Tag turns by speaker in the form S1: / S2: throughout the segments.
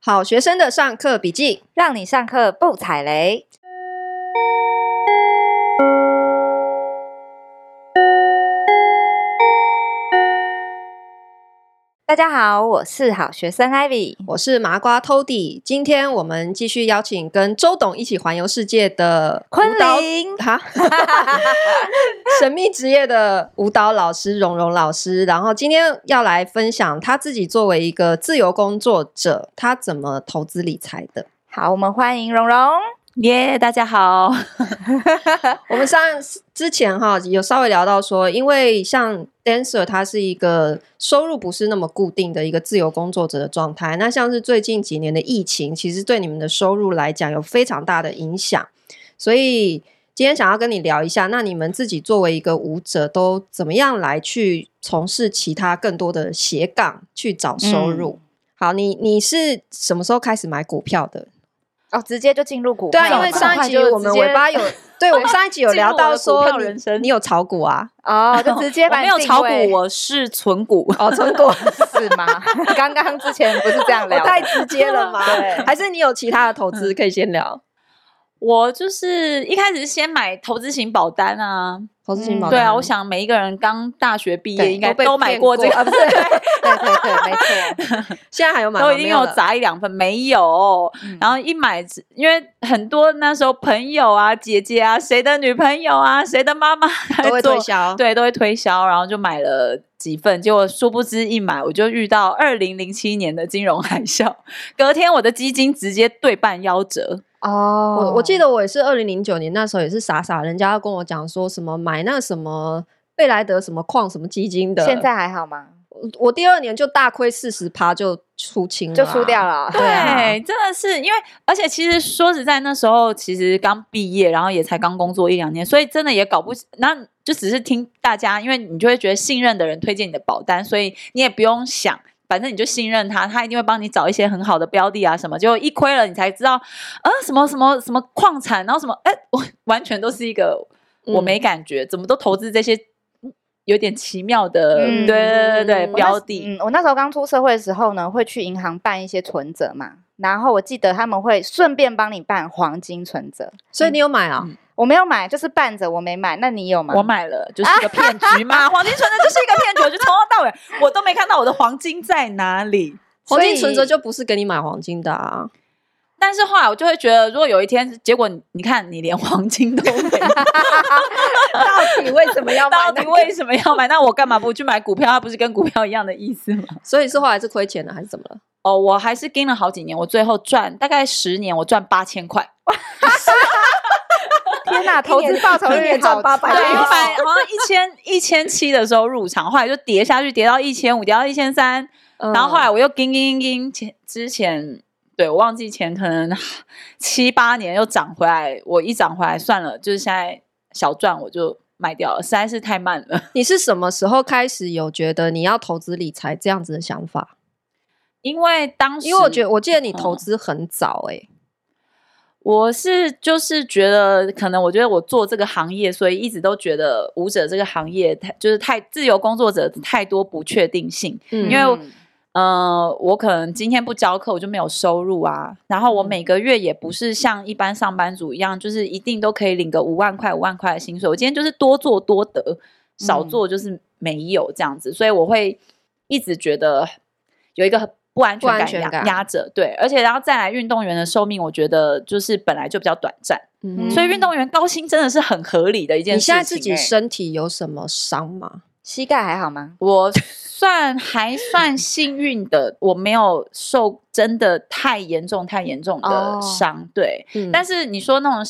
S1: 好学生的上课笔记，
S2: 让你上课不踩雷。大家好，我是好学生 Ivy。
S1: 我是麻瓜 Tody。今天我们继续邀请跟周董一起环游世界的舞
S2: 昆
S1: 蹈
S2: 凌
S1: 哈， 神秘职业的舞蹈老师蓉蓉老师，然后今天要来分享他自己作为一个自由工作者，他怎么投资理财的。
S2: 好，我们欢迎蓉蓉。
S3: 耶大家好。
S1: 我们上之前哈有稍微聊到说，因为像 dancer 他是一个收入不是那么固定的一个自由工作者的状态，那像是最近几年的疫情，其实对你们的收入来讲有非常大的影响，所以今天想要跟你聊一下，那你们自己作为一个舞者，都怎么样来去从事其他更多的斜杠去找收入？好，你你是什么时候开始买股票的？
S2: 哦，直接就进入股
S1: 对
S2: 票
S1: 啊，因
S2: 了，
S1: 为
S2: 这么
S1: 上
S2: 快
S1: 一集
S2: 就
S1: 我们
S2: 直接
S1: 尾巴有， 对我们上一集有聊到
S3: 进入我的
S1: 说
S3: 股票人生
S1: 你有炒股啊，
S2: 哦，就直接
S3: 我
S2: 把
S3: 没
S2: 你
S3: 有
S2: 定
S3: 炒股，
S2: 位
S3: 我是存股。
S1: 哦，存股，
S2: 是吗？ 刚刚之前不是这样
S1: 我
S2: 聊的，
S1: 太直接了 吗？
S2: 对
S1: 还是你有其他的投资
S3: 嗯
S1: 可以先聊？
S3: 我就是一开始是先买投资型保单啊，
S1: 投
S2: 资型保
S3: 对
S2: 单
S3: 啊，我想每一个人刚大学毕业
S1: 对
S3: 应该
S1: 都被
S3: 都买
S1: 骗
S3: 过这个，
S1: 过
S3: 啊、不是
S2: 对对对，没错，
S1: 现在还有买吗
S3: 都一定
S1: 没有
S3: 有
S1: 了嗯
S3: 砸一两份，没有。然后一买只，因为很多那时候朋友啊、姐姐啊、谁的女朋友啊、谁的妈妈
S1: 都会
S3: 在做
S1: 推销，
S3: 对，都哦会推销，然后就买了几份，结果殊不知一买我就遇到二零零七年的金融海啸，隔天我的基金直接对半夭折。
S2: 哦，
S1: 我我记得我也是二零零九年那时候也是傻傻，人家要跟我讲说什么买那什么贝莱德什么矿什么基金的，
S2: 现在还好吗？
S1: 我我第二年就大亏四十趴就出清了啊，
S2: 就出掉了，
S3: 对，
S2: 啊
S3: 真的是因为，而且其实说实在，那时候其实刚毕业，然后也才刚工作一两年，所以真的也搞不，那就只是听大家，因为你就会觉得信任的人推荐你的保单，所以你也不用想。反正你就信任他，他一定会帮你找一些很好的标的啊，什么就一亏了，你才知道，呃，什么什么什么矿产，然后什么，哎、我完全都是一个
S1: 嗯
S3: 我没感觉，怎么都投资这些有点奇妙的，
S2: 嗯
S3: 对对对对
S1: 嗯
S3: 标的，
S2: 嗯，我那时候刚出社会的时候呢，会去银行办一些存折嘛，然后我记得他们会顺便帮你办黄金存折，
S1: 所以你有买啊？
S3: 嗯
S2: 我没有买，就是办着我没买，那你有吗？
S3: 我买了，就是一个骗局嘛。 黄金存折就是一个骗局，我就从头到 尾我都没看到我的黄金在哪里。
S1: 黄
S2: 所
S1: 金
S2: 以
S1: 存折就不是给你买黄金的啊，
S3: 但是后来我就会觉得，如果有一天，结果你你看你连黄金都没有，
S1: 到底为什么要
S3: 到底为什么要买？那我干嘛不去买股票？它不是跟股票一样的意思吗？
S1: 所以是后来是亏钱了还是怎么了？
S3: 哦，我还是跟了好几年，我最后赚大概十年，我赚八千 块，
S2: 天哪，投资报酬
S1: 一
S2: 率
S1: 年赚
S2: 好哦
S1: 800
S3: 对，
S1: 哎呦
S3: 一百好像一千一千七的时候入场，后来就跌下去，跌到一千五，跌到一千三，
S1: 嗯
S3: 然后后来我又跟跟跟前之前，对我忘记前可能 七八年又涨回来，我一涨回来算了，就是现在小赚我就卖掉了，实在是太慢了。
S1: 你是什么时候开始有觉得你要投资理财这样子的想法？
S3: 因为当时，
S1: 因为我觉得，我记得你
S3: 嗯
S1: 投资很早、欸，
S3: 我是就是觉得，可能我觉得我做这个行业，所以一直都觉得舞者这个行业太就是太自由工作者太多不确定性，
S1: 嗯
S3: 因为
S2: 嗯
S3: 呃，我可能今天不教课，我就没有收入啊。然后我
S1: 嗯
S3: 每个月也不是像一般上班族一样，就是一定都可以领个五万块、五万块的薪水。我今天就是多做多得，少
S2: 嗯
S3: 做就是没有这样子，所以我会一直觉得有一个很不安
S1: 不
S3: 全
S1: 安
S3: 感
S1: 全
S3: 压
S1: 感
S3: 压着。对，而且然后再来，运动员的寿命我觉得就是本来就比较短暂，
S1: 嗯，
S3: 所以运动员高薪真的是很合理的一件
S1: 你
S3: 事情、
S1: 现
S3: 欸。
S1: 在自己身体有什么伤吗？
S2: 膝盖还好吗？
S3: 我算还算幸运的，我没有受真的太严重、太严重
S2: 哦
S3: 的伤。对，
S1: 嗯
S3: 但是你说那种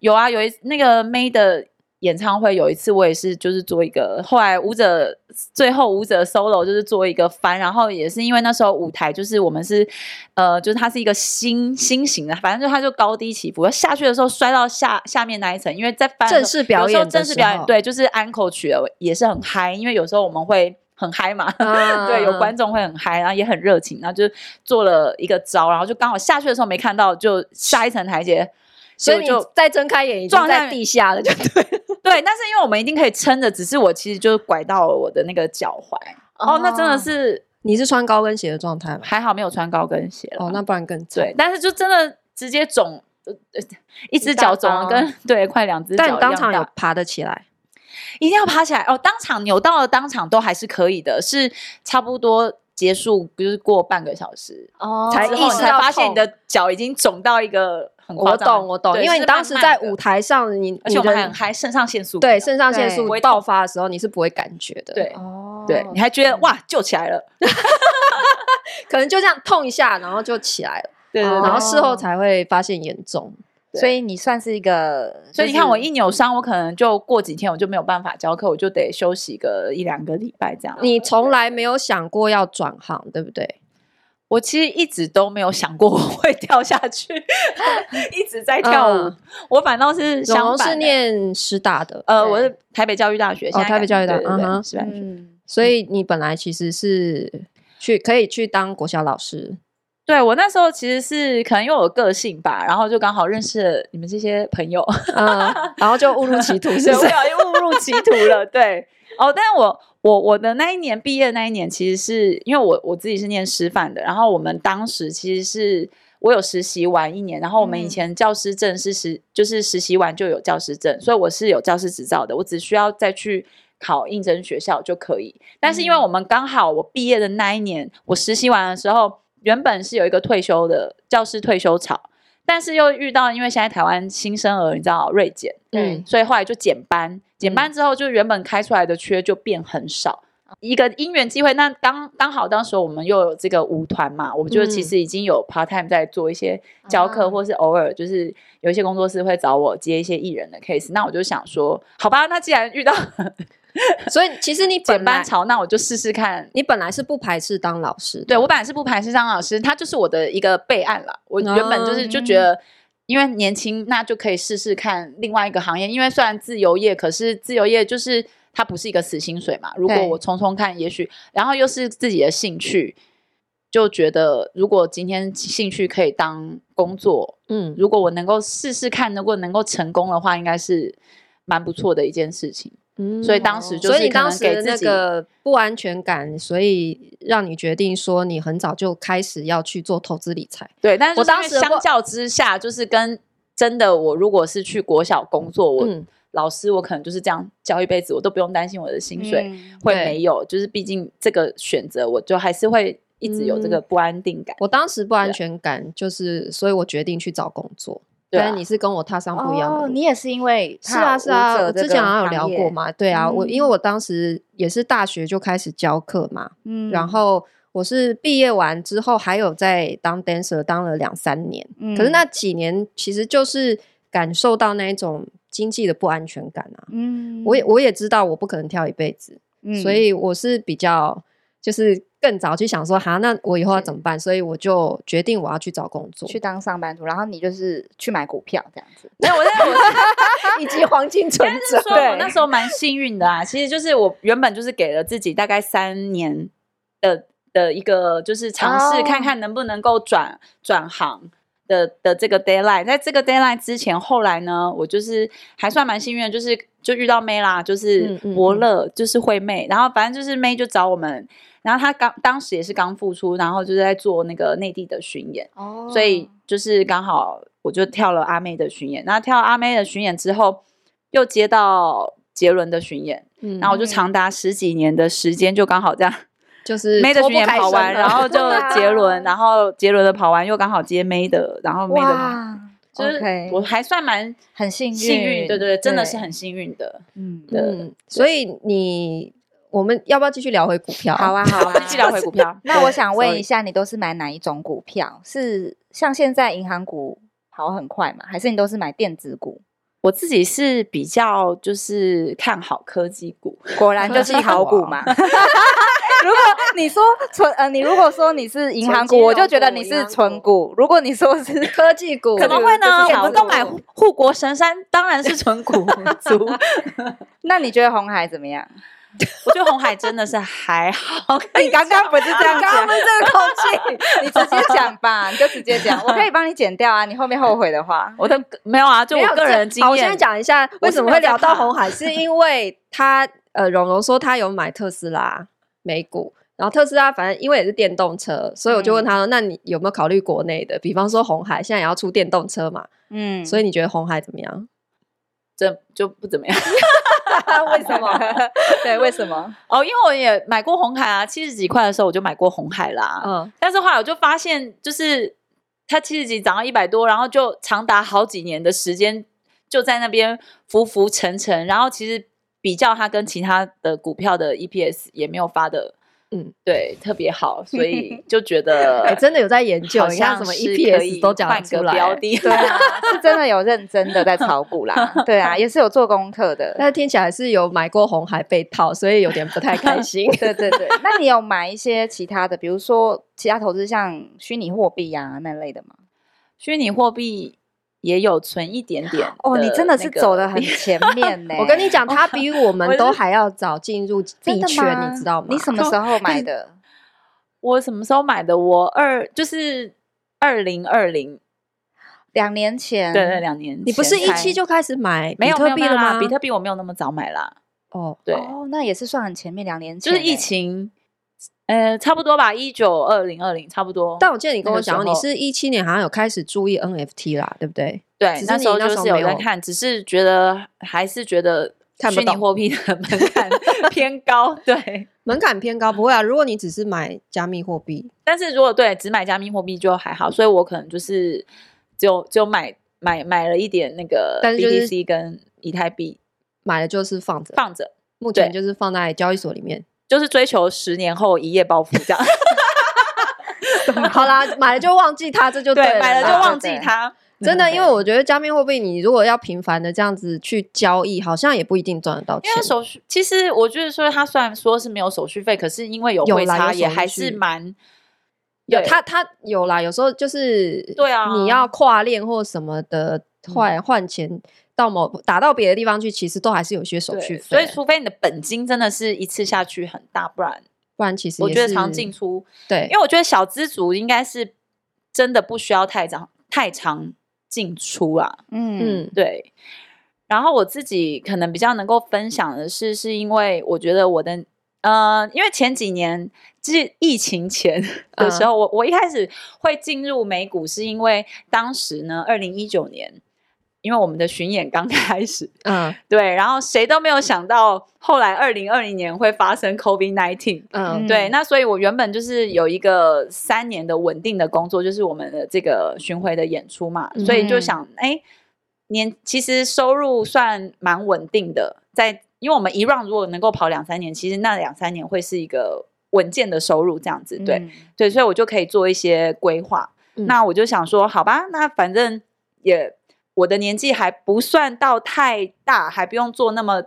S3: 有啊，有一那个 May 的演唱会，有一次我也是就是做一个，后来舞者最后舞者 solo 就是做一个翻，然后也是因为那时候舞台就是我们是呃，就是它是一个新新型的，反正就它就高低起伏，下去的时候摔到下下面那一层，因为在翻的时候
S1: 正式表
S3: 有时
S1: 演
S3: 候
S1: 的
S3: 正式表
S1: 时候
S3: 演，对，就是 uncle 曲了也是很嗨，因为有时候我们会很嗨嘛。
S1: 啊
S3: 对，有观众会很嗨，然后也很热情，然后就做了一个招，然后就刚好下去的时候没看到，就下一层台阶，
S1: 所以你
S3: 结果就
S1: 再睁开眼已经
S3: 撞
S1: 在
S3: 在
S1: 地下 了，就对了。
S3: 对。但哦是因为我们一定可以撑着，只是我其实就拐到了我的那个脚踝，哦，那真的是
S1: 你是穿高跟鞋的状态吗？
S3: 还好没有穿高跟鞋了。
S1: 哦，那不然更惨。
S3: 对，但是就真的直接肿，呃呃一只脚肿了
S2: 一大包
S3: 跟对，快两只脚
S1: 但
S3: 一样
S1: 你
S3: 大。
S1: 当场有爬得起来，
S3: 一定要爬起来哦，当场扭到了，当场都还是可以的，是差不多结束，就是过半个小时
S2: 哦
S1: 才
S3: 之
S1: 意
S3: 后，
S1: 识
S3: 才
S1: 到
S3: 发现
S1: 痛
S3: 你的脚已经肿到一个很夸
S1: 我
S3: 张的。
S1: 懂我懂，
S3: 对
S1: 因为
S3: 是
S1: 你当时
S3: 慢
S1: 在
S3: 慢的
S1: 舞台上，你
S3: 而且我
S1: 你
S3: 们
S1: 的
S3: 还还肾上腺素
S1: 对
S3: 的
S1: 肾上腺
S2: 对
S1: 素
S3: 不会
S1: 爆发的时候，你是不会感觉的，
S3: 对
S2: 哦
S3: 对，你还觉得哇救起来了，
S1: 可能就这样痛一下，然后就起来了，
S3: 对对
S2: 哦
S1: 然
S3: 对。
S1: 后事后才会发现严重。
S3: 对
S2: 所以你算是一个，
S3: 所以
S2: 就
S3: 你看，我
S2: 是
S3: 一扭伤，我可能就过几天我就没有办法教课，我就得休息个一两个礼拜这样。
S1: 你从来没有想过要转行，对不对？
S3: 我其实一直都没有想过我会掉下去， 一直在跳舞。
S1: 嗯
S3: 我反倒是
S1: 小
S3: 相
S1: 龙
S3: 反、
S1: 是
S3: 欸，
S1: 念师大的，
S3: 呃，
S2: 对
S3: 我是台北教育大学，现在
S1: 台北
S3: 改
S1: 教育大
S3: 对对
S1: 嗯哼
S3: 对，是吧？
S2: 嗯，
S1: 所以你本来其实是去可以去当国小老师，
S3: 对我那时候其实是可能因为我个性吧，然后就刚好认识了你们这些朋友，
S1: 嗯，然后就误入歧途，是
S3: 对，
S1: 不
S3: 我
S1: 是？
S3: 有误入歧途了，对。哦，但是我我我的那一年毕业的那一年，其实是因为我我自己是念师范的，然后我们当时其实是我有实习完一年，然后我们以
S2: 嗯
S3: 前教师证是实、就是实习完就有教师证，所以我是有教师执照的，我只需要再去考应征学校就可以。但是因为
S2: 嗯
S3: 我们刚好我毕业的那一年，我实习完的时候，原本是有一个退休的教师退休潮，但是又遇到因为现在台湾新生儿你知道锐减，
S1: 嗯
S3: 所以后来就减班，减班之后就原本开出来的缺就变很少。一个因缘机会，那刚刚好，当时我们又有这个舞团嘛，我们就其
S1: 嗯
S3: 实已经有 part time 在做一些教课，
S2: 啊
S3: 或是偶尔就是有一些工作室会找我接一些艺人的 case，那我就想说，好吧，那既然遇到
S1: 所以其实你
S3: 减
S1: 本
S3: 班
S1: 来
S3: 潮，那我就试试看。
S1: 你本来是不排斥当老师的，
S3: 对我本来是不排斥张老师，他就是我的一个备案啦。我
S1: 哦
S3: 原本就是就觉得，因为年轻，那就可以试试看另外一个行业。因为虽然自由业，可是自由业就是它不是一个死薪水嘛。如果
S2: 对
S3: 我冲冲看，也许然后又是自己的兴趣，就觉得如果今天兴趣可以当工作，
S1: 嗯，
S3: 如果我能够试试看，如果能够成功的话，应该是蛮不错的一件事情。
S1: 嗯
S3: 所以当时就
S1: 所以
S3: 是
S1: 你
S3: 可
S1: 当
S3: 能
S1: 时
S3: 给
S1: 的那
S3: 自己。
S1: 个不安全感，所以让你决定说你很早就开始要去做投资理财。
S3: 对，但是
S1: 我
S3: 就是因
S1: 当
S3: 为
S1: 时
S3: 相
S1: 会
S3: 较之下，就是跟真的我如果是去国小工作，我、
S1: 嗯，
S3: 老师我可能就是这样教一辈子，我都不用担心我的薪水、
S2: 嗯
S3: 会
S1: 对
S3: 没有，就是毕竟这个选择，我就还是会一直有这个
S1: 嗯
S3: 不安定感。
S1: 我当时不
S2: 啊
S1: 安全感，就是所以我决定去找工作。
S3: 对啊
S1: 但是你是跟我踏上不一样的路。
S2: 哦，你也是因为
S1: 是啊
S2: 怕
S1: 是啊，
S2: 舞者
S1: 我
S2: 这
S1: 之前
S2: 个
S1: 好像有
S2: 行
S1: 聊
S2: 业
S1: 过，嘛，对啊，我因为
S2: 嗯
S1: 我当时也是大学就开始教课嘛，
S2: 嗯
S1: 然后我是毕业完之后还有在当 dancer 当了两三年，可是
S2: 嗯
S1: 那几年其实就是感受到那一种经济的不安全感啊，
S2: 嗯
S1: 我也我也知道我不可能跳一辈子，
S2: 嗯
S1: 所以我是比较就是更早去想说，哈，那我以后要怎么办？所以我就决定我要去找工作，
S2: 去当上班族，然后你就是去买股票这样子，
S3: 没有，我在我是
S1: 以及黄 金存
S3: 是说我
S2: 对
S3: 那时候蛮幸运的啊， 其实就是我原本就是给了自己大概三年的的一个，就是尝试
S2: 哦
S3: 看看能不能够转转行。的的这个 deadline，在这个 deadline 之前，后来呢，我就是还算蛮幸运的，就是就遇到 May 啦，就是
S1: 嗯嗯
S3: 伯
S1: 嗯
S3: 乐，就是惠妹，然后反正就是 May 就找我们，然后她刚当时也是刚复出，然后就是在做那个内地的巡演，
S2: 哦
S3: 所以就是刚好我就跳了阿妹的巡演，那跳阿妹的巡演之后，又接到杰伦的巡演，
S1: 嗯
S3: 然后我就长达十几年的时间，就刚好这样，
S1: 就是
S3: 妹的
S1: 脱
S3: 巡
S1: 不
S3: 演
S1: 开
S3: 跑
S1: 身
S3: 完，
S1: 了
S3: 然 后就
S2: 哇
S3: 杰伦，然后杰伦的跑完又刚好接妹的，然后妹的跑，
S2: 哇，
S3: 就是我
S2: OK，
S3: 还算蛮
S2: 很幸运，
S3: 幸运，对对对，真的是很幸运 的。
S2: 嗯，
S3: 的
S1: 嗯，所以你我们要不要继续聊回股票？
S2: 好，啊 好啊，，
S3: 寄聊回股票
S2: 那我想问
S3: ，sorry
S2: 一下，你都是买哪一种股票？是像现在银行股跑很快吗？还是你都是买电子股？
S3: 我自己是比较就是看好科技股，
S2: 果然就是好股 嘛。如果你说存呃，你如果说你是银行
S1: 纯金
S2: 股，
S1: 融
S2: 我就觉得你是存股；如果你说是
S1: 科技股
S3: 怎么会呢？
S1: 就是
S3: 我们
S1: 炒
S3: 都
S1: 股
S3: 买护护国神山，当然是纯股 族。
S2: 那你觉得红海怎么样？
S3: 我觉得红海真的是还好，
S2: 哎你刚刚不是这
S1: 刚
S2: 样
S1: 刚
S2: 讲
S1: 不，是这个口气，
S2: 你直接讲 吧，你就直接讲，我可以帮你剪掉啊，你后面后悔的话。
S3: 我的没有啊，就
S1: 没
S3: 我
S1: 有
S3: 个
S1: 这
S3: 人的经
S1: 好，我
S3: 验。
S1: 先讲一下为什么会聊到红海，是因为他呃，蓉蓉说他有买特斯拉美股，然后特斯拉反正因为也是电动车，所以我就
S3: 嗯
S1: 问他说：“那你有没有考虑国内的？比方说红海现在也要出电动车嘛，
S2: 嗯，
S1: 所以你觉得红海怎么样
S3: 这就不怎么样
S2: 为什么？对，为什么？
S3: 哦，因为我也买过红海啊，七十几块的时候我就买过红海啦，？”
S1: 嗯，
S3: 但是后来我就发现，就是它七十几涨到一百多，然后就长达好几年的时间就在那边浮浮沉沉，然后其实比较它跟其他的股票的 EPS 也没有发
S1: 嗯
S3: 的，嗯，对，特别好，所 以就觉得
S1: 哎、真的有在研究，
S3: 好
S1: 你看
S3: 像
S1: 什么
S3: 是可以
S1: EPS 都讲得
S3: 换
S1: 出
S3: 个
S1: 来。
S3: 标 的，
S2: 对啊，是真的有认真的在炒股 啦，对啊，也是有做功课的。
S1: 但听起来是有买过红海被套，所以有点不太开 心。
S2: 对对对，那你有买一些其他的，比如说其他投资像虚拟货币呀、那类的吗？
S3: 虚拟货币也有存一点点、。
S2: 哦，你真的是走 的很前面呢、
S1: 我跟你讲，他比我们都还要早进入
S2: 真
S1: 币
S2: 的
S1: 圈，你知道吗？
S2: 你什么时候买的？
S3: 我什么时候买的？我二就是二零二零，
S2: 两年前。
S3: 对对，两年前才。
S1: 你不是一期就开始买
S3: 没
S1: 比
S3: 有没
S1: 特
S3: 有
S1: 币
S3: 没有
S1: 了
S3: 啦
S1: 吗？
S3: 比特币我没有那么早买啦，
S1: 哦，
S3: 对，
S2: 哦，那也是算很前面，两年
S3: 就
S2: 前、
S3: 是疫。情，呃，差不多吧，一九二零二零差不多。
S1: 但我记得你跟
S3: 那
S1: 我
S3: 个时
S1: 讲，你
S3: 候
S1: 是一七年好像有开始注意 NFT 啦，对不对？
S3: 对
S1: 只是
S3: 那
S1: 你
S3: 时候
S1: 那
S3: 就
S1: 时候
S3: 是有
S1: 没
S3: 在
S1: 有
S3: 看，只是觉得还是觉得
S1: 看不
S3: 虚拟
S1: 懂
S3: 货币的门 槛偏高，对。
S1: 门槛偏高，不会啊。如果你只是买加密货币，
S3: 但是如果对只买加密货币就还好，所以我可能就是只有只有买买买了一点那个
S1: 但是就是
S3: BTC 跟以太币
S1: 买了就是放着，
S3: 放着，
S1: 目前
S3: 对
S1: 就是放在交易所里 面。
S3: 就是追求十年后一夜暴富 这样。
S1: 好啦，买了就忘记它，这就
S3: 对，
S1: 了
S3: 买了就
S1: 啦
S3: 忘
S2: 对
S3: 记
S2: 对
S3: 它。
S1: 真 的，因为
S2: 对
S1: 我觉得加密货币，你如果要频繁的这样子去交易，好像也不一定赚得到钱
S3: 因为。手续，其实我觉得说它虽然说是没有手续费，可是因为有
S1: 有
S3: 汇
S1: 啦有
S3: 差，也
S1: 手
S3: 还
S1: 续
S3: 是蛮
S1: 有
S3: 对
S1: 它，它有啦，有时候就是
S3: 对啊嗯
S1: 你要跨链或什么的换换钱到某打到别的地方去，其实都还是有一些手
S3: 对
S1: 续费，啊
S3: 所以除非你的本金真的是一次下去很大，不然
S1: 不然其实
S3: 我
S1: 也
S3: 觉得
S1: 是
S3: 常进出，
S1: 对
S3: 因为我觉得小资族应该是真的不需要太长太长进出啊，
S2: 嗯
S1: 嗯
S3: 对。然后我自己可能比较能够分享的是，是因为我觉得我的呃，因为前几年就是疫情前的时候，我我一开始会进入美股，是因为当时呢，二零一九年，因为我们的巡演刚 开始，
S1: 嗯
S3: 对，然后谁都没有想到，后来二零二零年会发生 COVID nineteen。
S1: 嗯
S2: 嗯
S3: 对，那所以我原本就是有一个三年的稳定的工作，就是我们的这个巡回的演出嘛，所以就
S2: 嗯
S3: 想，哎、年其实收入算蛮稳定的，在因为我们一 round 如果能够跑两三年，其实那两三年会是一个稳健的收入这样子，对、
S2: 嗯
S3: 对，所以我就可以做一些规划。
S1: 嗯
S3: 那我就想说，好吧，那反正也我的年纪还不算到太大，还不用做那么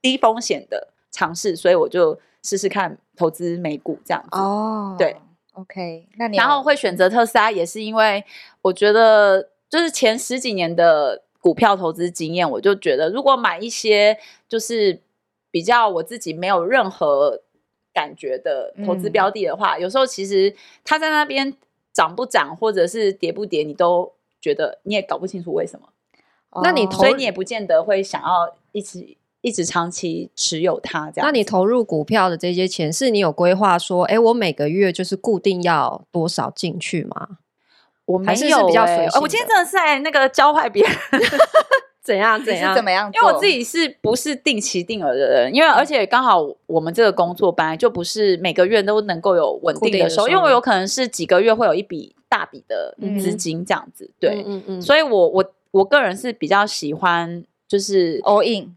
S3: 低风险的尝试，所以我就试试看投资美股这样子。
S2: 哦，
S3: 对
S2: ，OK，那你
S3: 然后
S2: 有
S3: 会选择特斯拉，也是因为我觉得就是前十几年的股票投资经验，我就觉得如果买一些就是比较我自己没有任何感觉的投资
S2: 嗯
S3: 标的的话，有时候其实它在那边涨不涨，或者是跌不跌，你都觉得你也搞不清楚为什么，
S1: 那你
S2: 哦
S1: 投
S3: 所以你也不见得会想要一直一直长期持有它这样。
S1: 那你投入股票的这些钱，是你有规划说，哎，我每个月就是固定要多少进去吗？
S3: 我没
S1: 还是是
S3: 有、欸、
S1: 比较随
S3: 呃
S1: 性
S3: 我今天
S1: 的
S3: 真的是在那个教坏别人。
S1: 怎样
S2: 你是怎么样
S3: 因
S2: 做？
S3: 为我自己是不是定期定额的人？因为
S1: 嗯
S3: 而且刚好我们这个工作本来就不是每个月都能够有稳
S1: 固
S3: 定
S1: 定的
S3: 的收
S1: 收
S3: 入，因为我
S1: 入
S3: 有可能是几个月会有一笔大笔的资
S2: 嗯
S3: 金这样子，对，
S1: 嗯嗯
S3: 所以我我我个人是比较喜欢就是哦
S2: all in，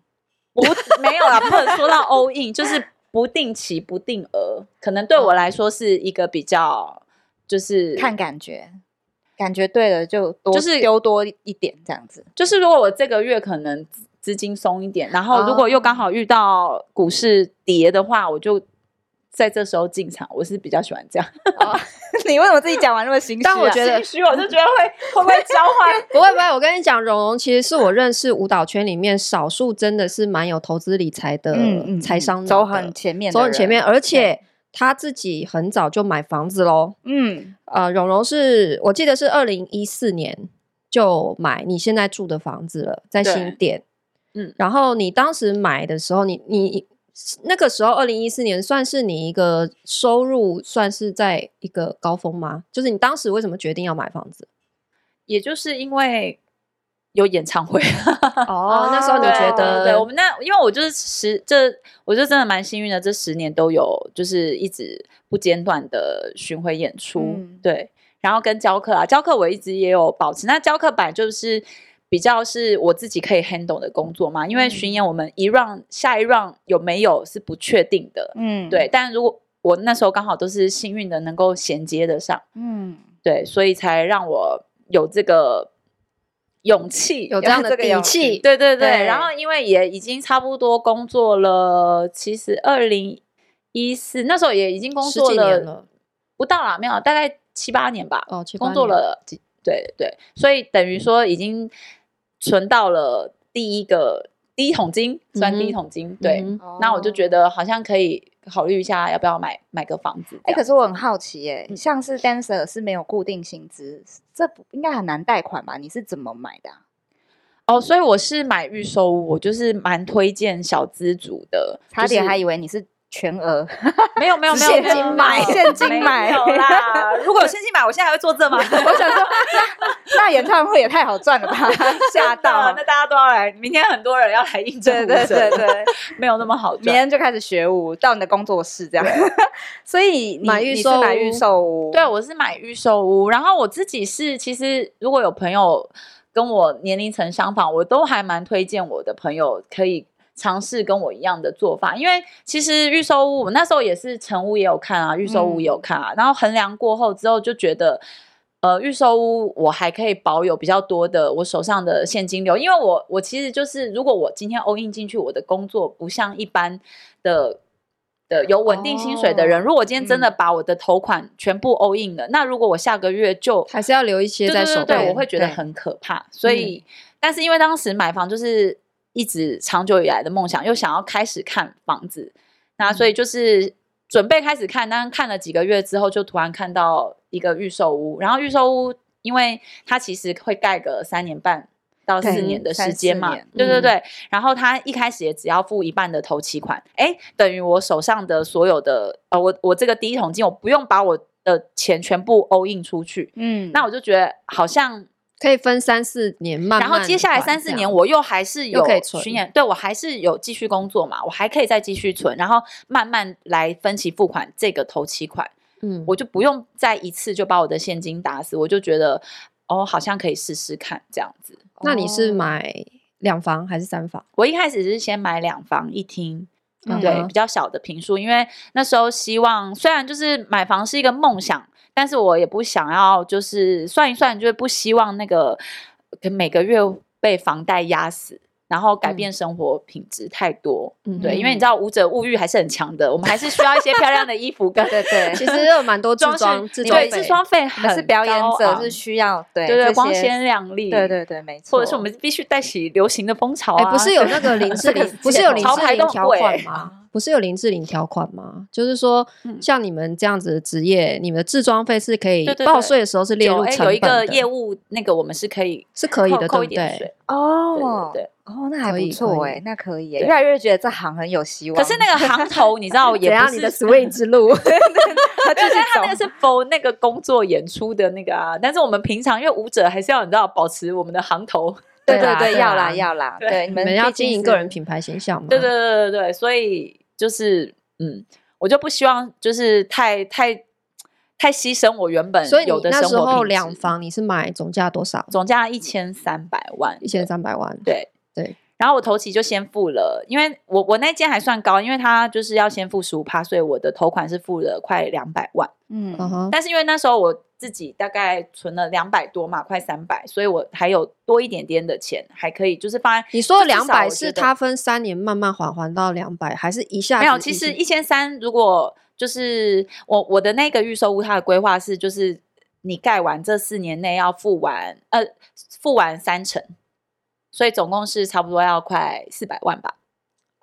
S3: 不没有啦，不能说到 all in，就是不定期不定额，可能对
S1: 哦
S3: 我来说是一个比较就是
S2: 看感觉，感觉对了就多，
S3: 就是
S2: 丢多一点这样子。
S3: 就是如果我这个月可能资资金松一点，然后如果又
S2: 哦
S3: 刚好遇到股市跌的话，我就在这时候进场。我是比较喜欢这样，
S2: 你为什么自己讲完那么心虚、啊？
S1: 哦但我觉得
S3: 心虚我就觉得会会不会 交换？
S1: 不会不会，我跟你讲，蓉蓉其实是我认识舞蹈圈里面少数真的是蛮有投资理财
S2: 呃
S1: 的财商脑的，
S2: 嗯走很前面，
S1: 走很前，面，而且他自己很早就买房子喽。
S2: 嗯，
S1: 呃，蓉蓉是我记得是二零一四年就买你现在住的房子了，在
S3: 对
S1: 新店。
S3: 嗯
S1: 然后你当时买的时候，你你那个时候二零一四年算是你一个收入算是在一个高峰吗？就是你当时为什么决定要买房 子？
S3: 也就是因为有演唱会，啊
S1: 哦，那时候你
S3: 对
S1: 觉得
S3: 对我们那，因为我就是十这，我就真的蛮幸运的，这十年都有就是一直不间断的巡回演出，
S2: 嗯
S3: 对。然后跟教课啊，教课我一直也有保持。那教课版就是比较是我自己可以 handle 的工作嘛，因为巡演我们一 round 下一 round 有没有是不确定的，
S2: 嗯，
S3: 对。，但如果我那时候刚好都是幸运的，能够衔接得上。
S2: 嗯，
S3: 对，所以才让我有这个勇气，
S1: 有这样的
S3: 个勇
S1: 底气
S3: 对对对，
S1: 对
S3: 然后因为也已经差不多工作了，其实二零一四那时候也已经工
S1: 十
S3: 作
S1: 几年了
S3: 不到啦，没有，大概七八年吧。
S1: 哦，去
S3: 工作了几，对对，所以等于说已经存到了第一个第一桶金，算第一
S1: 嗯哼
S3: 桶金。对，
S1: 嗯
S2: 哦
S3: 那我就觉
S2: 得。
S3: 得好像可以考虑一下，要不要买买个房子这样。
S2: 哎、可是我很好奇、耶，
S3: 嗯
S2: 像是 dancer 是没有固定薪资，这不应该很难贷款吧？你是怎么买的啊、
S3: 哦，所以我是买预售屋，我就是蛮推荐小资族的，
S2: 差点还
S3: 有
S2: 以为你是全额，
S3: 没有没有没有
S2: 现
S3: 没有
S2: 金
S3: 没有
S2: 买现金
S3: 没
S2: 买
S3: 有啦。如果有现金买，我现在还会做这吗？，
S2: 我想说，那那演唱会也太好赚了吧 吓到
S3: 真的。那大家都要来，明天很多人要来应征
S2: 对
S3: 舞者，
S2: 对对对，
S3: 没有那么好
S2: 明
S3: 赚。
S2: 天就开始学舞，到你的工作室这样。 所以你
S1: 买预
S2: 你是
S1: 售
S2: 买
S1: 屋
S2: 预售屋，
S3: 对，啊我是买预售屋，然后我自己是其实如果有朋友跟我年龄层相仿，我都还蛮推荐我的朋友可以。尝试跟我一样的做法，因为其实预售屋我那时候也是成屋也有看啊，预售屋也
S2: 嗯
S3: 有看啊，然后衡量过后之后就觉得，呃，预售屋我还可以保有比较多的我手上的现金流，因为我我其实就是如果我今天 all in 进去，我的工作不像一般的的有稳定薪水的人，
S2: 哦
S3: 如果我今天真的
S2: 嗯
S3: 把我的头款全部 all in 了，那如果我下个月就
S1: 还是要留一些在手
S3: 对对对
S1: 边
S3: 对，我会觉得
S2: 对
S3: 很可怕。所以，但是因为当时买房就是一直长久以来的梦想，又想要开始看房子，那所以就是准备开始看，但看了几个月之后，就突然看到一个预售屋，然后预售屋因为它其实会盖个三年半。到四
S2: 对
S3: 年的
S2: 三
S3: 时间
S2: 四
S3: 嘛
S2: 年，
S3: 对对
S1: 嗯
S3: 对。然后他一开始也只要付一半的头期款，哎，等于我手上的所有的呃，我我这个第一桶金，我不用把我的钱全部 all in 出去，
S2: 嗯，
S3: 那我就觉得好像，
S1: 可以分三四年慢慢
S3: 然
S1: 还这样，
S3: 后接下来三四年我又还是有
S1: 又可以存
S3: 巡演，对我还是有继续工作嘛，我还可以再继续存，然后慢慢来分期付款这个头期款，
S1: 嗯，
S3: 我就不用再一次就把我的现金打死，我就觉得哦，好像可以试试看这样子。
S1: 那你是
S2: 哦
S1: 买两房还是三房？
S3: 我一开始是先买两房一厅，
S2: 嗯
S3: 对，
S1: 哼
S3: 比较小的平数，因为那时候希望，虽然就是买房是一个梦想，但是我也不想要，就是算一算，就是不希望那个呃每个月被房贷压死。然后改变生活品质太多，
S1: 嗯
S3: 对，因为你
S2: 嗯
S3: 知道舞者物欲还是很强的，我们还是需要一些漂亮的衣服 跟
S2: 对对
S1: 其
S2: 对，
S1: 实有蛮多自
S3: 装
S1: 装
S3: 饰，
S1: 自
S3: 对，
S1: 装
S3: 制
S1: 费，
S3: 装费
S2: 我们
S3: 很
S2: 是表演
S3: 高
S2: 者
S3: 昂
S2: 是需要对
S3: 对对，
S2: 这
S3: 光
S2: 些
S3: 鲜亮丽，
S2: 对对对，没错，
S3: 或者是我们必须带起流行的风潮
S1: 哎、
S3: 啊，
S1: 不是有那个 林志
S2: 这个
S1: 玲
S2: 是，
S1: 不是有林
S3: 潮
S1: 志
S3: 牌
S1: 玲
S3: 都
S1: 条
S3: 贵
S1: 款吗？不是有林志玲条款吗？就是说，
S3: 嗯
S1: 像你们这样子的职业，你们的置装费是可以
S3: 对对对
S1: 报税的时候是列
S3: 有
S1: 入
S3: 哎
S1: 成本
S3: 有一个
S1: 的
S3: 业务，那个我们是可以
S1: 是可以
S3: 扣
S1: 的，
S3: 扣
S1: 对
S3: 一
S1: 不
S3: 点
S1: 对
S3: 税？
S2: 哦，
S3: 对对
S2: 哦，那还
S1: 可
S2: 不
S1: 以
S2: 错
S1: 可以
S2: 哎，那可以耶，
S3: 对
S2: 越来越觉得这行很有希望。
S3: 可是那个行头，你知 道
S2: 怎
S3: 也不
S2: 样
S3: 是
S2: 你 的 swing 之路，他就
S3: 对，
S2: 是
S3: 但他 那
S2: 走
S3: 个是 for 那个工作演出的那个啊，但是我们平常因为舞者还是要你知道保持我们的行头，
S2: 对
S1: 对
S2: 对
S1: 啦
S2: 对，
S1: 对
S2: 要
S1: 啦
S2: 啦要啦，
S3: 对
S2: 对，你
S1: 你
S2: 们
S1: 们要
S2: 毕竟
S1: 经营
S2: 是
S1: 个人品牌形象嘛？
S3: 对对对对对，所以就是嗯，我就不希望就是太太太牺牲我原本
S1: 所以你
S3: 有的
S1: 那
S3: 生
S1: 时
S3: 活
S1: 候
S3: 品质
S1: 两房你是买总价多少？
S3: 总价一千三百万，
S1: 一千三百万。
S3: 对
S1: 对。
S3: 然后我头期就先付了，因为我我那间还算高，因为他就是要先付十五趴，所以我的头款是付了快两百万。
S2: 嗯
S1: 嗯哼，
S3: 但是因为那时候我自己大概存了两百多嘛，快三百，所以我还有多一点点的钱，还可以就是放在
S1: 你说
S3: 就至少
S1: 两百
S3: 我
S1: 是
S3: 觉得
S1: 它分三年慢慢还还到两百，还是一下子
S3: 没有，其
S1: 一
S3: 实
S1: 直
S3: 一千三如果就是我我的那个预售屋，它的规划是就是你盖完这四年内要付完呃付完三成，所以总共是差不多要快四百万吧。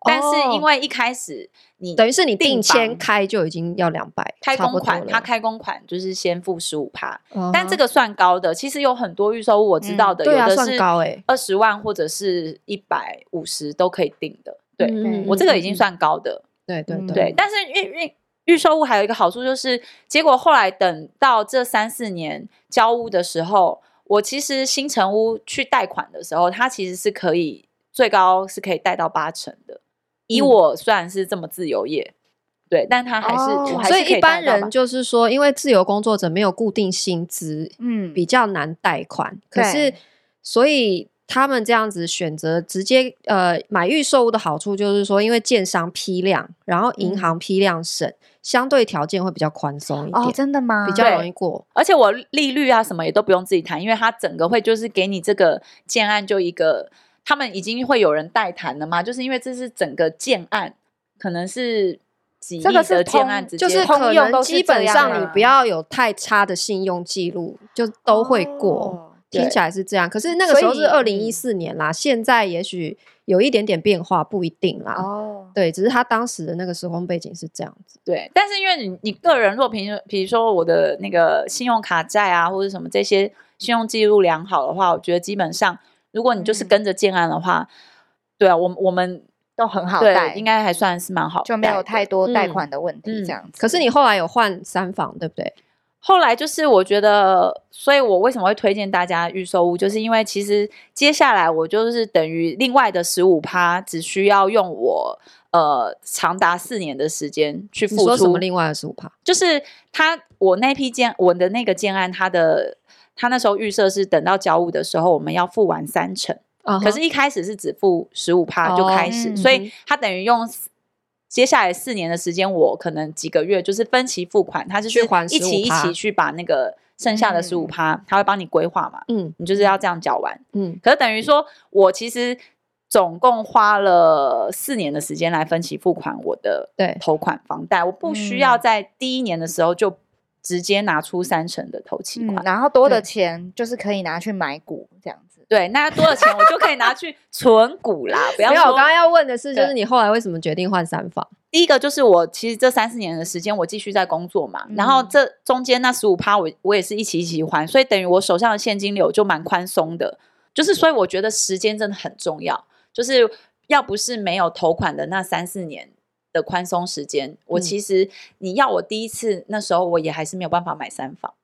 S3: 但是因
S1: 哦
S3: 为一开始你
S1: 等于是你
S3: 订
S1: 定签
S3: 房
S1: 开就已经要两百，
S3: 开
S1: 差
S3: 工
S1: 不多
S3: 款，
S1: 了
S3: 它，开工款就是先付十五趴，
S1: 嗯
S3: 但这
S1: 哼
S3: 个算高的。其实有很多预售屋我知道的，
S1: 对啊
S3: 有的
S1: 算
S3: 是
S1: 高欸
S3: 二十万或者是一百五十都可以定的。对
S1: 嗯
S3: 我这个已经
S1: 嗯
S3: 算高的，
S1: 对对
S2: 嗯
S3: 对。但是预预预售屋还有一个好处就是，结果后来等到这三四年交屋的时候，我其实新城屋去贷款的时候，它其实是可以最高是可以贷到八成的。以
S1: 嗯
S3: 我虽然是这么自由业，对，但它还是、
S2: 哦
S3: 我还是
S1: 所以
S3: 可
S1: 一般
S3: 贷到吧
S1: 人就是说，因为自由工作者没有固定薪资，
S2: 嗯，
S1: 比较难贷款。可是
S2: 对，
S1: 所以他们这样子选择直接呃买预售屋的好处就是说，因为建商批量，然后
S3: 嗯
S1: 银行批量审，相对条件会比较宽松一点，
S2: 哦，真的吗？
S1: 比较容
S3: 对
S1: 易过。
S3: 而且我利率啊什么也都不用自己谈，因为它整个会就是给你这个建案就一个，他们已经会有人代谈了嘛，就是因为这是整个建案，可能是几亿
S2: 这个是
S3: 的建
S2: 通
S3: 案直
S1: 就
S3: 接
S1: 是
S2: 通
S1: 可
S2: 用
S1: 能
S2: 都是
S1: 基
S2: 这
S1: 本
S2: 样
S1: 上你
S2: 啊
S1: 不要有太差的信用记录，就都会过。
S2: 哦
S1: 听
S3: 对
S1: 起来是这样，可是那个
S2: 所
S1: 时候是
S2: 以
S1: 二零一四年啦，现在也许有一点点变化，不一定啦。
S2: 哦，
S1: 对，只是他当时的那个时空背景是这样子。
S3: 对，但是因为你你个人若平比如说我的那个信用卡债啊或者什么这些信用记录良好的话，我觉得基本上如果你就是
S2: 嗯
S3: 跟着建案的话，对啊，我们我们
S2: 都很好贷，
S3: 对应该还算是蛮好贷的，
S2: 就没有太多贷
S1: 嗯
S2: 款的问题
S3: 嗯
S2: 这样子。
S1: 可是你后来有换三房，对不对？
S3: 后来就是我觉得，所以我为什么会推荐大家预售屋，就是因为其实接下来我就是等于另外的十五趴，只需要用我呃长达四年的时间去
S1: 你
S3: 付
S1: 说什
S3: 出
S1: 么？，另外的十五趴？
S3: 就是他我那批建我的那个建案，他的他那时候预设是等到交屋的时候，我们要付完三成。
S1: 啊哈
S3: 可是，一开始是只付十五趴
S1: 哦
S3: 就开始，
S2: 嗯
S3: 所以他等于用四接下来四年的时间，我可能几个月就是分期付款，他就是
S1: 去还
S3: 一起一
S1: 15%
S3: 起去把那个剩下的
S2: 嗯
S3: 十五趴，他会帮你规划嘛，
S1: 嗯
S3: 你就是要这样缴完。
S1: 嗯，
S3: 可是等于说我其实总共花了四年的时间来分期付款我的
S1: 对
S3: 头款房贷，我不需
S1: 嗯
S3: 要在第一年的时候就直接拿出三成的头期
S2: 嗯
S3: 款。，
S2: 然后多的
S1: 对
S2: 钱就是可以拿去买股这样子。
S3: 对，那多少钱我就可以拿去存股啦，不要
S1: 没有，我
S3: 说
S1: 刚刚要问的是，就
S3: 对
S1: 是你后来为什么决定换三房？
S3: 第一个就是我其实这三四年的时间，我继续在工作嘛，
S2: 嗯
S3: 然后这中间那十五趴，我我也是一起一起还，所以等于我手上的现金流就蛮宽松的。就是所以我觉得时间真的很重要，就是要不是没有投款的那三四年的宽松时间，我
S1: 嗯
S3: 其实你要我第一次那时候我也还是没有办法买三房。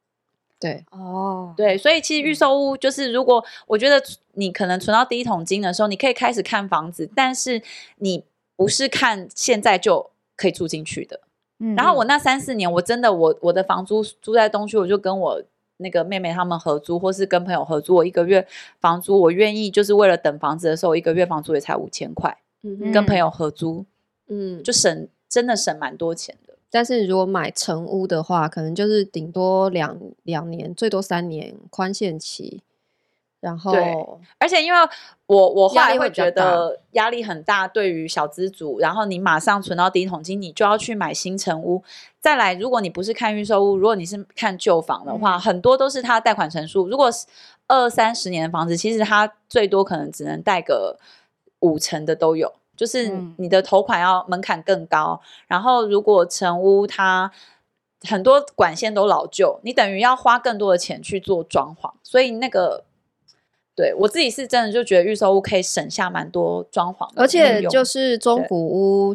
S1: 对，
S2: 哦，
S3: 对，所以其实预售屋就是，如果我觉得你可能存到第一桶金的时候，你可以开始看房子，但是你不是看现在就可以住进去的。
S2: 嗯，
S3: 然后我那三四年，我真的我我的房租租在东区，我就跟我那个妹妹她们合租，或是跟朋友合租，我一个月房租我愿意就是为了等房子的时候，我一个月房租也才五千块，
S1: 嗯
S3: 跟朋友合租
S1: 嗯，
S3: 就省真的省蛮多钱的。
S1: 但是如果买成屋的话，可能就是顶多两两年，最多三年宽限期，然后
S3: 而且因为我我后
S1: 压
S3: 来
S1: 力会
S3: 会
S1: 比较
S3: 觉得压力很大，对于小资族，然后你马上存到第一桶金，你就要去买新城屋。再来，如果你不是看预售屋，如果你是看旧房的话，
S2: 嗯
S3: 很多都是它的贷款成数。如果是二三十年的房子，其实它最多可能只能贷个五成的都有，就是
S2: 嗯
S3: 你的头款要门槛更高。然后如果成屋它很多管线都老旧，你等于要花更多的钱去做装潢，所以那个。对我自己是真的就觉得预售屋可以省下蛮多装潢的
S1: 而且
S3: 费用
S1: 就是中
S3: 对
S1: 古屋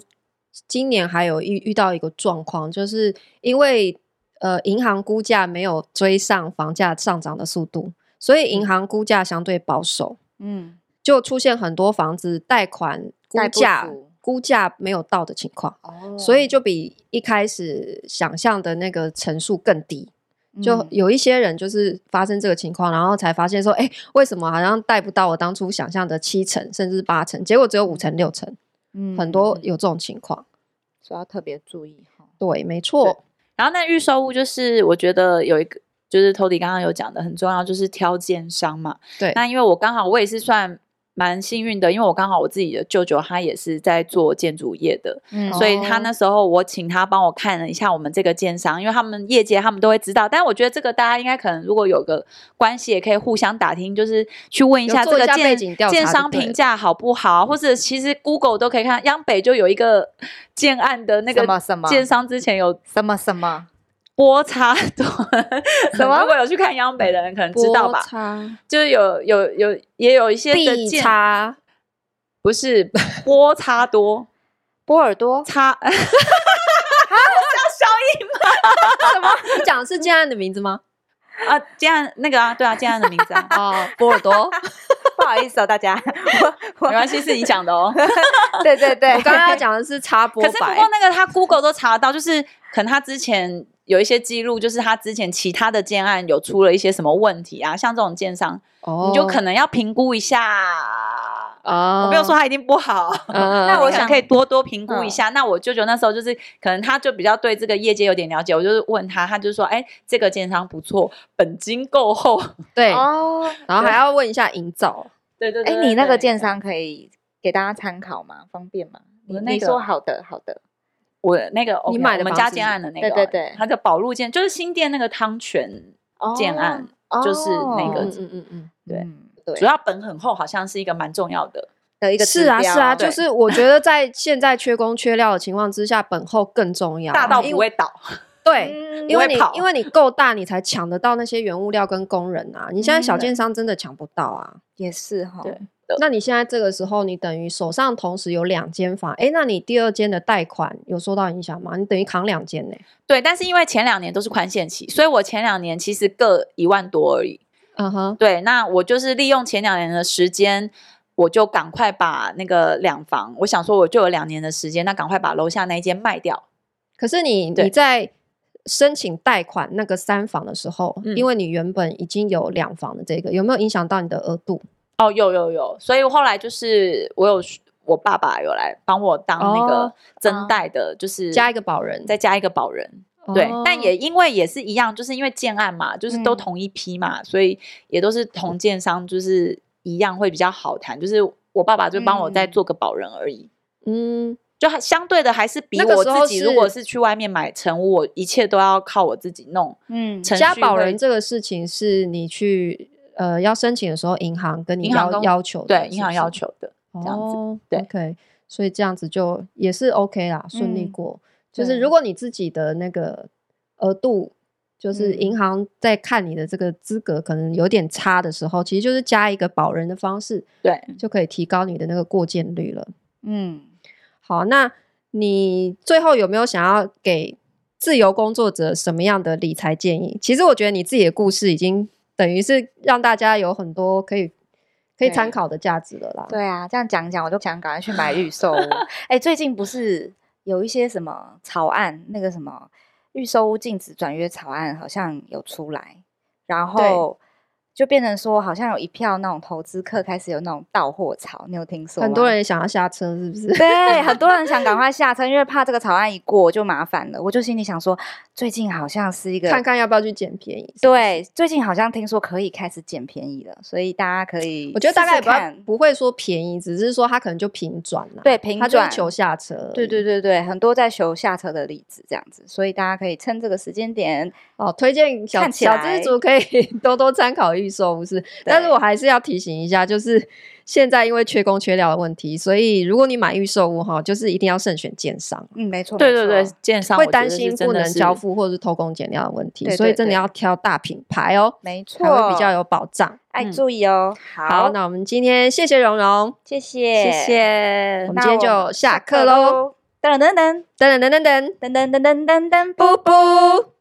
S1: 今年还有遇遇到一个状况，就是因为呃银行估价没有追上房价上涨的速度，所以银行估价相对保守，
S2: 嗯，
S1: 就出现很多房子贷款估
S2: 贷不
S1: 价
S2: 足
S1: 估价没有到的情况，
S2: 哦，
S1: 所以就比一开始想象的那个层数更低。就
S2: 嗯
S1: 有一些人就是发生这个情况，然后才发现说，哎、为什么好像贷不到我当初想象的七成甚至八成，结果只有五成六成，
S2: 嗯
S1: 很多
S2: 嗯嗯
S1: 有这种情况。
S2: 所以要特别注意哈。
S1: 对，没错，
S3: 然后那预售屋就是我觉得有一个就是 Tody 刚刚有讲的很重要，就是挑建商嘛。
S1: 对
S3: 那因为我刚好我也是算蛮幸运的，因为我刚好我自己的舅舅他也是在做建筑业的，
S2: 嗯
S3: 所以他
S1: 哦
S3: 那时候我请他帮我看了一下我们这个建商，因为他们业界他们都会知道，但我觉得这个大家应该可能如果有个关系，也可以互相打听，就是去问一
S1: 有
S3: 下这
S1: 做一
S3: 个
S1: 下背
S3: 建
S1: 景调查
S3: 建
S1: 就
S3: 商
S1: 对
S3: 评
S1: 了
S3: 价好不好，或者其实 Google 都可以看，央北就有一个建案的那
S2: 什么
S3: 个
S2: 什么
S3: 建商之前有
S2: 什么什么
S3: 波差多，
S2: 什么
S3: 如果有去看央北的人可能知道吧
S1: 波，差、
S3: 就是有有有也有一些的
S1: 必
S3: 建
S1: 差、
S3: 不是 波差多
S2: 波尔 多
S3: 差，
S1: 什么？你讲的是建安的名字 吗？，
S3: 啊，建安那个啊，对啊，建安的名字啊
S1: 哦，波尔 多。我
S2: 不好意思哦，大家，我
S3: 没
S2: 我
S3: 关系，是你讲的 哦。
S2: 对对对，
S1: 刚刚要讲的是插波
S3: 可是不
S1: 白
S3: 过，那个他 Google 都查得到，就是可能他之前有一些记录，就是他之前其他的建案有出了一些什么问题啊，像这种建商，
S1: 哦
S3: 你就可能要评估一下。
S1: 啊，
S3: 我没有说他一定不好，
S1: 嗯，
S3: 那
S1: 那
S3: 我
S1: 我
S3: 想
S2: 想
S3: 可以多多评估一下。那我舅舅那时候就是，可能他就比较对这个业界有点了解，我就是问他，他就说：“哎，这个建商不错，本金够厚。
S1: 对，
S2: 哦，
S1: 然后还要问一下营造，”
S3: 对对对。
S2: 哎，你那个建
S3: 商，
S2: 商可以给大家参考吗？方便吗？你
S3: 我那
S2: 你
S3: 个
S2: 说好的好的，
S3: 我那个 OK，
S1: 买的
S3: 我们
S1: 房
S3: 家
S1: 子
S3: 建案的那个，
S2: 对对对
S3: 它叫宝路建，就是新店那个汤泉，
S2: 哦
S3: 建案就是那个
S1: 嗯
S2: 哦
S1: 嗯嗯嗯。
S3: 对
S2: 嗯对
S3: 主要本很厚，好像是一个蛮重要的。
S2: 的一个
S1: 是啊
S2: 指标
S1: 是啊，
S2: 对
S1: 就是我觉得在现在缺工缺料的情况之下，本后更重要，
S3: 大到
S1: 因
S3: 不会倒。
S1: 对。
S2: 嗯
S1: 因为你
S3: 不会跑
S1: 因为你够大，你才抢得到那些原物料跟工人啊！你现在
S3: 嗯
S1: 小建商真的抢不到啊。
S2: 也是哈，
S3: 对
S1: 那你现在这个时候，你等于手上同时有两间房，诶，那你第二间的贷款有受到影响吗？你等于扛两间呢、
S3: 对，但是因为前两年都是宽限期，所以我前两年其实各一万多而已。
S1: 嗯哼，
S3: 对，那我就是利用前两年的时间，我就赶快把那个两房，我想说我就有两年的时间，那赶快把楼下那一间卖掉。
S1: 可是你
S3: 对
S1: 你在申请贷款那个三房的时候，
S3: 嗯
S1: 因为你原本已经有两房的这个，有没有影响到你的额度？
S3: 哦，有有有，所以后来就是我有我爸爸有来帮我当那
S1: 哦
S3: 个增
S2: 哦
S3: 贷的，就是
S1: 加一个保人，
S3: 再加一个保人。对，但
S1: 哦
S3: 也因为也是一样，就是因为建案嘛，就是都
S2: 嗯
S3: 同一批嘛，所以也都是同建商，就是一样会比较好谈。就是我爸爸就帮我再
S2: 嗯
S3: 做个保人而已，
S1: 嗯，
S3: 就还相对的还是比
S1: 那个
S3: 我
S1: 时候
S3: 自己如果
S1: 是
S3: 是去外面买成屋，我一切都要靠我自己弄。
S2: 嗯
S3: 程
S1: 加
S3: 序
S1: 保
S3: 会
S1: 人这个事情是你去呃要申请的时候，银行跟你
S3: 银行
S1: 要
S3: 跟
S1: 要求的
S3: 对，银行要求的。
S1: 这
S3: 这样子
S1: 子
S3: 对
S1: 哦 OK，所以这样子就也是 OK 啦，顺利
S2: 嗯
S1: 过。就是
S2: 对
S1: 如果你自己的那个额度，就是
S2: 嗯
S1: 银行在看你的这个资格可能有点差的时候，其实就是加一个保人的方式，
S3: 对，
S1: 就可以提高你的那个过件率了。
S2: 嗯。
S1: 好，那你最后有没有想要给自由工作者什么样的理财建议？其实我觉得你自己的故事已经等于是让大家有很多可以可以参
S2: 对
S1: 考的价值了啦。
S2: 对啊，这样讲一讲，我就想赶快去买 预售屋。哎、最近不是有一些什么草案，那个什么预售屋禁止转约草案好像有出来，然后就变成说，好像有一票那种投资客开始有那种到货潮，你有听说吗？
S1: 很多人也想要下车，是不是？
S2: 对，很多人想赶快下车，因为怕这个草案一过就麻烦了。我就心里想说，最近好像是一个
S1: 看看要不要去捡便宜。
S2: 对，最近好像听说可以开始捡便宜了，所以大家可以
S1: 我觉得大
S2: 试
S1: 概也
S2: 试
S1: 不要
S2: 看
S1: 不会说便宜，只是说他可能就平转了。
S2: 对平
S1: 他就是
S2: 转
S1: 求下车而已。
S2: 对对对对，很多在求下车的例子这样子，所以大家可以趁这个时间点。
S1: 哦，推荐小
S2: 看起
S1: 小资
S2: 来
S1: 族可以 多多参考预售屋是，但是我还是要提醒一下，就是现在因为缺工缺料的问题，所以如果你买预售屋哈，就是一定要慎选建商，
S2: 嗯，没错，
S3: 对
S2: 没
S3: 对对
S2: 错，
S3: 建商
S1: 会
S3: 我觉
S1: 担
S3: 得是
S1: 心
S3: 真
S1: 不
S3: 的
S1: 能
S3: 是
S1: 交，付或者是偷工减料的问题，
S2: 对
S1: 所以
S2: 对
S1: 真的
S2: 对
S1: 要挑大品牌哦，
S2: 没错，
S1: 才会比较有保障。
S2: 爱
S3: 嗯
S2: 注意哦。
S1: 好，那我们今天谢谢蓉蓉，
S2: 谢谢，
S3: 谢。谢
S1: 我。们
S2: 那
S1: 今天
S2: 我
S1: 就下
S2: 下
S1: 课
S2: 课
S1: 喽，
S2: 喽，噔噔噔
S1: 等等等等等，
S2: 噔噔噔噔噔噔，
S1: 布布。